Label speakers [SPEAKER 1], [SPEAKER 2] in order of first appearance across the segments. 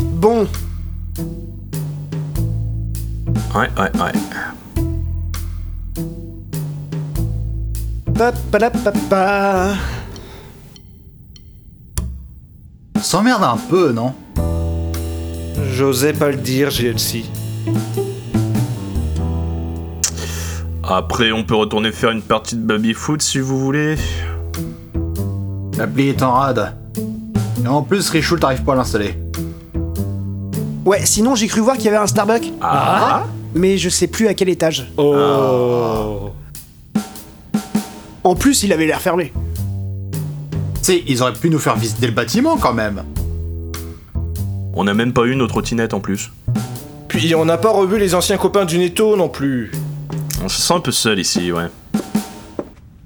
[SPEAKER 1] bon.
[SPEAKER 2] Ouais, ouais, ouais.
[SPEAKER 1] Pa, pa, la, pa, pa.
[SPEAKER 3] S'emmerde un peu, non
[SPEAKER 1] J'osais pas le dire, GLC.
[SPEAKER 2] Après, on peut retourner faire une partie de baby-foot si vous voulez.
[SPEAKER 3] L'appli est en rade. Et en plus, Richoult t'arrive pas à l'installer.
[SPEAKER 1] Ouais, sinon j'ai cru voir qu'il y avait un Starbucks.
[SPEAKER 2] Ah,
[SPEAKER 1] Mais je sais plus à quel étage.
[SPEAKER 4] Oh.
[SPEAKER 1] En plus, il avait l'air fermé.
[SPEAKER 3] Tu sais, ils auraient pu nous faire visiter le bâtiment quand même.
[SPEAKER 2] On n'a même pas eu notre trottinette en plus.
[SPEAKER 4] Puis on n'a pas revu les anciens copains du Netto non plus.
[SPEAKER 2] On se sent un peu seul ici, ouais.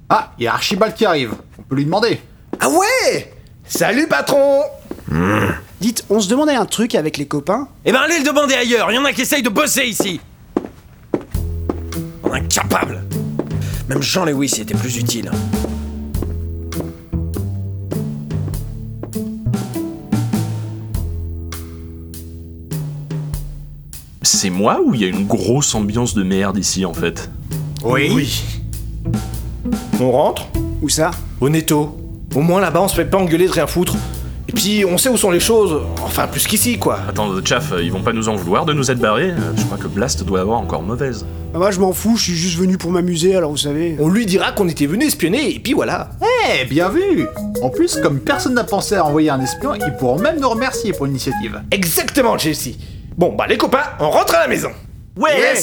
[SPEAKER 3] Ah, il y a Archibald qui arrive. On peut lui demander.
[SPEAKER 4] Ah ouais Salut patron
[SPEAKER 1] Dites, on se demandait un truc avec les copains.
[SPEAKER 5] Eh ben allez le demander ailleurs, il y en a qui essayent de bosser ici Incapable Même Jean-Lewis était plus utile.
[SPEAKER 2] C'est moi ou il y a une grosse ambiance de merde ici en fait
[SPEAKER 3] Oui.
[SPEAKER 4] On rentre
[SPEAKER 1] Où ça
[SPEAKER 4] Au netto. Au moins là-bas, on se fait pas engueuler de rien foutre. Et puis, on sait où sont les choses. Enfin, plus qu'ici, quoi.
[SPEAKER 2] Attends, euh, Chaff, euh, ils vont pas nous en vouloir de nous être barrés Euh, Je crois que Blast doit avoir encore mauvaise.
[SPEAKER 1] Ah Moi, je m'en fous, je suis juste venu pour m'amuser, alors vous savez.
[SPEAKER 4] On lui dira qu'on était venu espionner, et puis voilà.
[SPEAKER 3] Eh, bien vu En plus, comme personne n'a pensé à envoyer un espion, ils pourront même nous remercier pour l'initiative.
[SPEAKER 4] Exactement, Chelsea. Bon, bah les copains, on rentre à la maison.
[SPEAKER 5] Ouais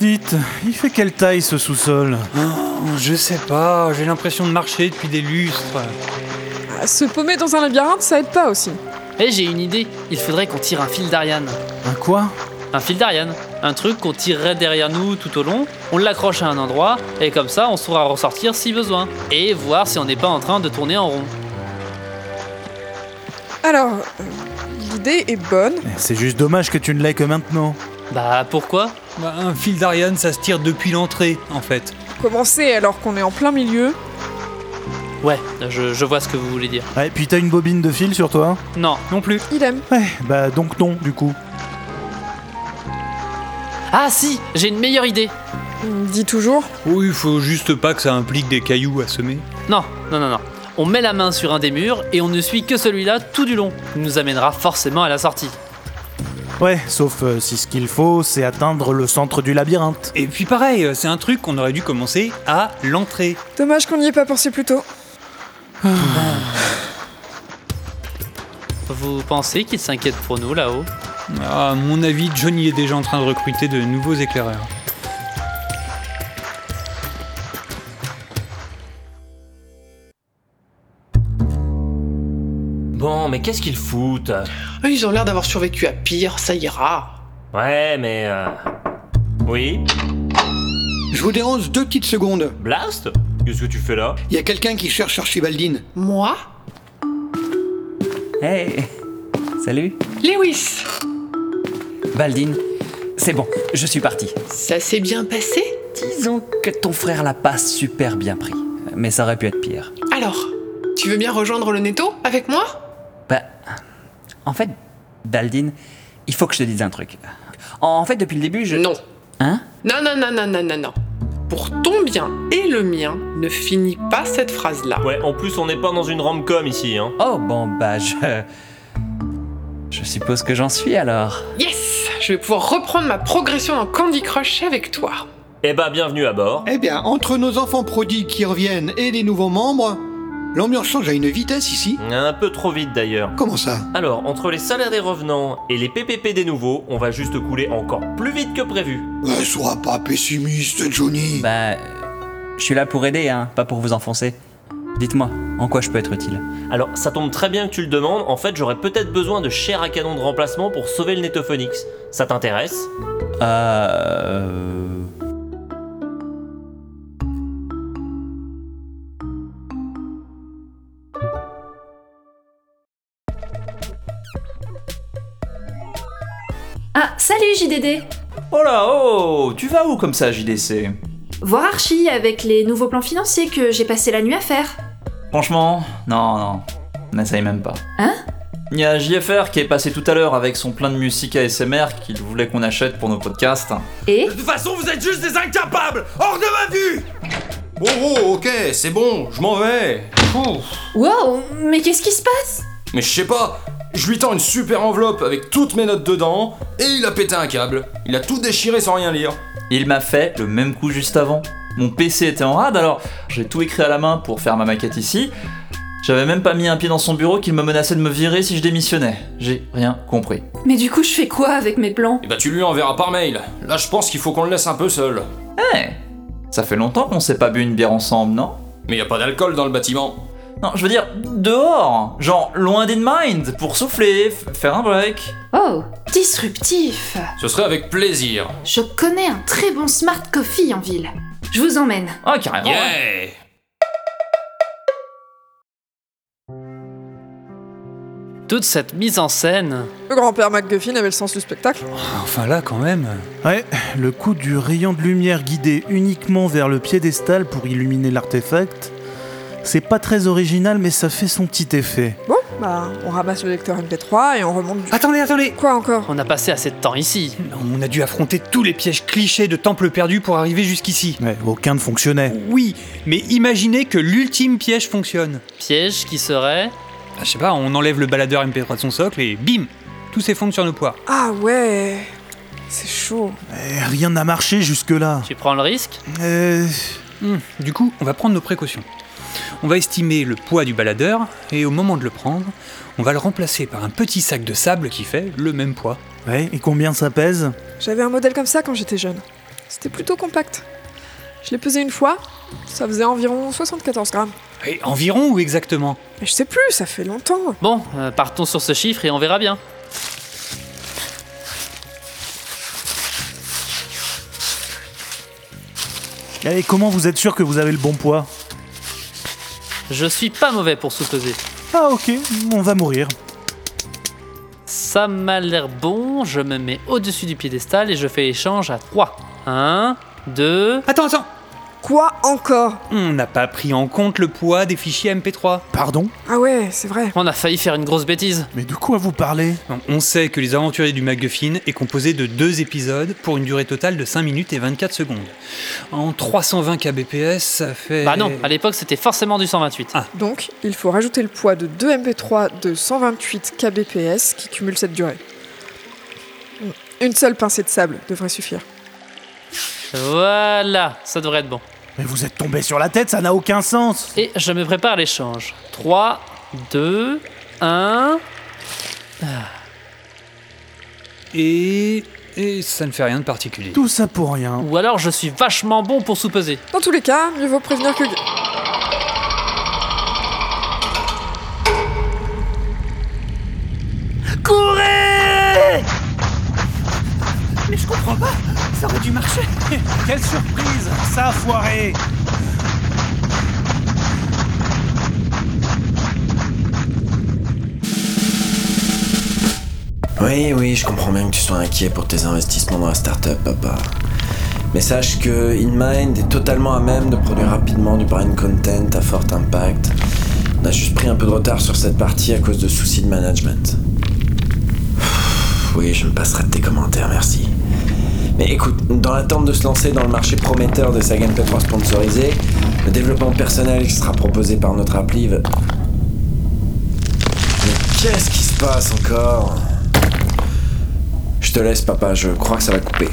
[SPEAKER 6] Dites, il fait quelle taille ce sous-sol
[SPEAKER 7] Je sais pas, j'ai l'impression de marcher depuis des lustres.
[SPEAKER 8] Ah, Se paumer dans un labyrinthe, ça aide pas aussi.
[SPEAKER 9] Eh, j'ai une idée. Il faudrait qu'on tire un fil d'Ariane.
[SPEAKER 6] Un quoi
[SPEAKER 9] Un fil d'Ariane. Un truc qu'on tirerait derrière nous tout au long, on l'accroche à un endroit, et comme ça, on saura ressortir si besoin. Et voir si on n'est pas en train de tourner en rond.
[SPEAKER 8] Alors, euh, l'idée est bonne.
[SPEAKER 6] Eh, C'est juste dommage que tu ne l'aies que maintenant.
[SPEAKER 9] Bah, pourquoi
[SPEAKER 7] Bah, un fil d'Ariane, ça se tire depuis l'entrée, en fait.
[SPEAKER 8] Commencer alors qu'on est en plein milieu.
[SPEAKER 9] Ouais, je, je vois ce que vous voulez dire.
[SPEAKER 6] Ah, et puis t'as une bobine de fil sur toi
[SPEAKER 9] Non.
[SPEAKER 7] Non plus.
[SPEAKER 8] Il aime.
[SPEAKER 6] Ouais, bah donc non, du coup.
[SPEAKER 9] Ah si, j'ai une meilleure idée.
[SPEAKER 8] Il dit toujours.
[SPEAKER 7] Oui, faut juste pas que ça implique des cailloux à semer.
[SPEAKER 9] Non, non, non, non. On met la main sur un des murs et on ne suit que celui-là tout du long. Il nous amènera forcément à la sortie.
[SPEAKER 6] Ouais, sauf euh, si ce qu'il faut, c'est atteindre le centre du labyrinthe.
[SPEAKER 7] Et puis pareil, euh, c'est un truc qu'on aurait dû commencer à l'entrée.
[SPEAKER 8] Dommage qu'on n'y ait pas pensé plus tôt.
[SPEAKER 9] Vous pensez qu'ils s'inquiètent pour nous là-haut
[SPEAKER 7] Ah, À mon avis, Johnny est déjà en train de recruter de nouveaux éclaireurs.
[SPEAKER 5] Bon, mais qu'est-ce qu'ils foutent
[SPEAKER 10] Eux, ils ont l'air d'avoir survécu à pire, ça ira.
[SPEAKER 5] Ouais, mais... euh, Oui
[SPEAKER 11] Je vous dérange deux petites secondes.
[SPEAKER 5] Blast Qu'est-ce que tu fais là
[SPEAKER 11] Il y a quelqu'un qui cherche Archibaldine.
[SPEAKER 10] Moi
[SPEAKER 12] Hey Salut
[SPEAKER 10] Lewis
[SPEAKER 12] Baldine, c'est bon, je suis parti.
[SPEAKER 10] Ça s'est bien passé
[SPEAKER 12] Disons que ton frère l'a pas super bien pris, mais ça aurait pu être pire.
[SPEAKER 10] Alors, tu veux bien rejoindre le netto avec moi
[SPEAKER 12] Bah, en fait, Baldine, il faut que je te dise un truc. En fait, depuis le début, je...
[SPEAKER 10] Non.
[SPEAKER 12] Hein
[SPEAKER 10] Non, non, non, non, non, non, non. Pour ton bien et le mien, ne finis pas cette phrase-là.
[SPEAKER 5] Ouais, en plus, on n'est pas dans une rom-com ici, hein.
[SPEAKER 12] Oh, bon, bah, je... Je suppose que j'en suis alors.
[SPEAKER 10] Yes Je vais pouvoir reprendre ma progression dans Candy Crush avec toi.
[SPEAKER 5] Eh bah, bienvenue à bord.
[SPEAKER 11] Eh bien, entre nos enfants prodigues qui reviennent et les nouveaux membres, l'ambiance change à une vitesse ici.
[SPEAKER 5] Un peu trop vite d'ailleurs.
[SPEAKER 11] Comment ça
[SPEAKER 5] Alors, entre les salaires des revenants et les PPP des nouveaux, on va juste couler encore plus vite que prévu.
[SPEAKER 11] Eh, Sois pas pessimiste, Johnny.
[SPEAKER 12] Bah, euh, je suis là pour aider, hein, pas pour vous enfoncer. Dites-moi, en quoi je peux être utile
[SPEAKER 5] Alors, ça tombe très bien que tu le demandes, en fait, j'aurais peut-être besoin de chair à canon de remplacement pour sauver le Netophonix. Ça t'intéresse
[SPEAKER 12] Euh...
[SPEAKER 13] Ah, salut JDD Oh là, oh Tu vas où comme ça, JDC
[SPEAKER 14] Voir Archie avec les nouveaux plans financiers que j'ai passé la nuit à faire.
[SPEAKER 13] Franchement, non, non. N'essaye même pas.
[SPEAKER 14] Hein
[SPEAKER 13] Il y a JFR qui est passé tout à l'heure avec son plein de musique ASMR qu'il voulait qu'on achète pour nos podcasts.
[SPEAKER 14] Et De
[SPEAKER 15] toute façon, vous êtes juste des incapables Hors de ma vue
[SPEAKER 13] Bon, oh, ok, c'est bon, je m'en vais.
[SPEAKER 14] Wow, mais qu'est-ce qui se passe
[SPEAKER 15] Mais je sais pas, je lui tends une super enveloppe avec toutes mes notes dedans, et il a pété un câble. Il a tout déchiré sans rien lire.
[SPEAKER 13] Il m'a fait le même coup juste avant. Mon PC était en rade, alors j'ai tout écrit à la main pour faire ma maquette ici. J'avais même pas mis un pied dans son bureau qu'il me menaçait de me virer si je démissionnais. J'ai rien compris.
[SPEAKER 14] Mais du coup, je fais quoi avec mes plans
[SPEAKER 15] Et bah tu lui enverras par mail. Là, je pense qu'il faut qu'on le laisse un peu seul.
[SPEAKER 13] Eh Ça fait longtemps qu'on s'est pas bu une bière ensemble, non
[SPEAKER 15] Mais y a pas d'alcool dans le bâtiment.
[SPEAKER 13] Non, je veux dire, dehors Genre, loin d'in mind, pour souffler, f- faire un break.
[SPEAKER 14] Oh, disruptif
[SPEAKER 15] Ce serait avec plaisir.
[SPEAKER 14] Je connais un très bon smart coffee en ville. Je vous emmène.
[SPEAKER 13] Ah, carrément
[SPEAKER 15] Yeah
[SPEAKER 9] Toute cette mise en scène.
[SPEAKER 8] Le grand-père McGuffin avait le sens du spectacle.
[SPEAKER 6] Enfin là, quand même. Ouais, le coup du rayon de lumière guidé uniquement vers le piédestal pour illuminer l'artefact, c'est pas très original, mais ça fait son petit effet.
[SPEAKER 8] Bon, bah, on ramasse le lecteur MP3 et on remonte.
[SPEAKER 7] Attendez, attendez
[SPEAKER 8] Quoi encore
[SPEAKER 9] On a passé assez de temps ici.
[SPEAKER 7] On a dû affronter tous les pièges clichés de Temple perdu pour arriver jusqu'ici.
[SPEAKER 6] Ouais, aucun ne fonctionnait.
[SPEAKER 7] Oui, mais imaginez que l'ultime piège fonctionne.
[SPEAKER 9] Piège qui serait.
[SPEAKER 7] Bah, je sais pas, on enlève le baladeur MP3 de son socle et bim Tout s'effondre sur nos poires.
[SPEAKER 8] Ah ouais C'est chaud.
[SPEAKER 6] Et Eh, rien n'a marché jusque-là.
[SPEAKER 9] Tu prends le risque
[SPEAKER 6] Euh...
[SPEAKER 7] Hmm, du coup, on va prendre nos précautions. On va estimer le poids du baladeur et au moment de le prendre, on va le remplacer par un petit sac de sable qui fait le même poids.
[SPEAKER 6] Ouais, et combien ça pèse
[SPEAKER 8] J'avais un modèle comme ça quand j'étais jeune. C'était plutôt compact. Je l'ai pesé une fois, ça faisait environ 74 grammes.
[SPEAKER 7] Et environ ou exactement
[SPEAKER 8] Mais je sais plus, ça fait longtemps.
[SPEAKER 9] Bon, euh, partons sur ce chiffre et on verra bien.
[SPEAKER 6] Et comment vous êtes sûr que vous avez le bon poids
[SPEAKER 9] Je suis pas mauvais pour sous-peser.
[SPEAKER 6] Ah ok, on va mourir.
[SPEAKER 9] Ça m'a l'air bon, je me mets au-dessus du piédestal et je fais échange à 3. 1, 2.
[SPEAKER 7] Attends, attends
[SPEAKER 8] Quoi encore
[SPEAKER 7] On n'a pas pris en compte le poids des fichiers MP3.
[SPEAKER 6] Pardon
[SPEAKER 8] Ah ouais, c'est vrai.
[SPEAKER 9] On a failli faire une grosse bêtise.
[SPEAKER 6] Mais de quoi vous parlez
[SPEAKER 7] On sait que Les Aventuriers du MacGuffin est composé de deux épisodes pour une durée totale de 5 minutes et 24 secondes. En 320 kbps, ça fait.
[SPEAKER 9] Bah non,
[SPEAKER 13] Eh.
[SPEAKER 9] à l'époque c'était forcément du 128.
[SPEAKER 13] Ah.
[SPEAKER 8] Donc, il faut rajouter le poids de 2 MP3 de 128 kbps qui cumule cette durée. Une seule pincée de sable devrait suffire.
[SPEAKER 9] Voilà, ça devrait être bon.
[SPEAKER 6] Mais vous êtes tombé sur la tête, ça n'a aucun sens
[SPEAKER 9] Et je me prépare à l'échange. 3, 2, 1.
[SPEAKER 7] Et. Et ça ne fait rien de particulier.
[SPEAKER 6] Tout ça pour rien.
[SPEAKER 9] Ou alors je suis vachement bon pour sous-peser.
[SPEAKER 8] Dans tous les cas, mieux vaut prévenir que.
[SPEAKER 15] Courez
[SPEAKER 6] Mais je comprends pas Ça aurait dû marcher Quelle surprise Ça a foiré
[SPEAKER 16] Oui, oui, je comprends bien que tu sois inquiet pour tes investissements dans la startup, papa. Mais sache que InMind est totalement à même de produire rapidement du brain content à fort impact. On a juste pris un peu de retard sur cette partie à cause de soucis de management. Oui, je me passerai de tes commentaires, merci. Mais écoute, dans l'attente de se lancer dans le marché prometteur des sagas MP3 sponsorisés, le développement personnel qui sera proposé par notre appli va- Mais qu'est-ce qui se passe encore Je te laisse, papa, je crois que ça va couper.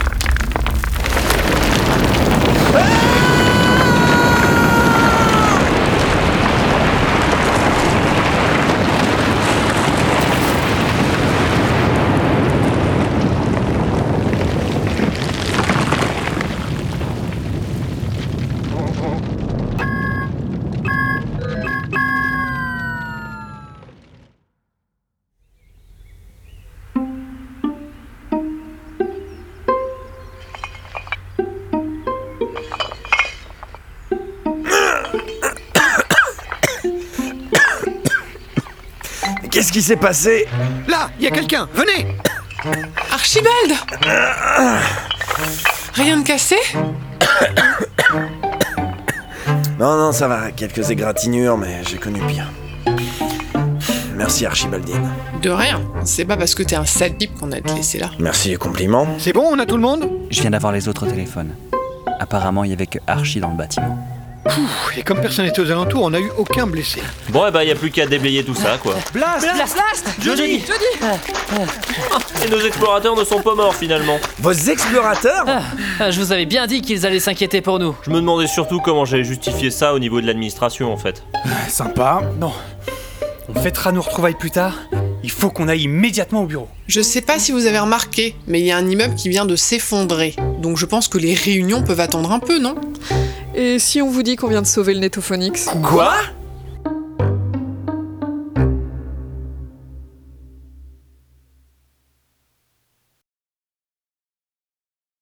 [SPEAKER 17] Qu'est-ce qui s'est passé
[SPEAKER 11] Là, il y a quelqu'un, venez
[SPEAKER 10] Archibald
[SPEAKER 17] Ah,
[SPEAKER 1] Rien de cassé
[SPEAKER 4] Non, non, ça va, quelques égratignures, mais j'ai connu pire. Merci Archibaldine.
[SPEAKER 1] De rien. C'est pas parce que t'es un sale type qu'on a te laissé là.
[SPEAKER 4] Merci les compliments.
[SPEAKER 18] C'est bon, on a tout le monde
[SPEAKER 7] Je viens d'avoir les autres au téléphone. Apparemment, il y avait que Archie dans le bâtiment.
[SPEAKER 18] Pouf, et comme personne n'était aux alentours, on n'a eu aucun blessé.
[SPEAKER 19] Bon, et bah, y a plus qu'à déblayer tout ça, quoi.
[SPEAKER 18] Blast
[SPEAKER 1] Blast Blast
[SPEAKER 19] Johnny Et nos explorateurs ne sont pas morts finalement.
[SPEAKER 4] Vos explorateurs
[SPEAKER 9] Ah, Je vous avais bien dit qu'ils allaient s'inquiéter pour nous.
[SPEAKER 19] Je me demandais surtout comment j'allais justifier ça au niveau de l'administration en fait.
[SPEAKER 20] Sympa. Non. On fêtera nos retrouvailles plus tard. Il faut qu'on aille immédiatement au bureau.
[SPEAKER 1] Je sais pas si vous avez remarqué, mais il y a un immeuble qui vient de s'effondrer. Donc je pense que les réunions peuvent attendre un peu, non
[SPEAKER 8] Et si on vous dit qu'on vient de sauver le Netophonix
[SPEAKER 4] Quoi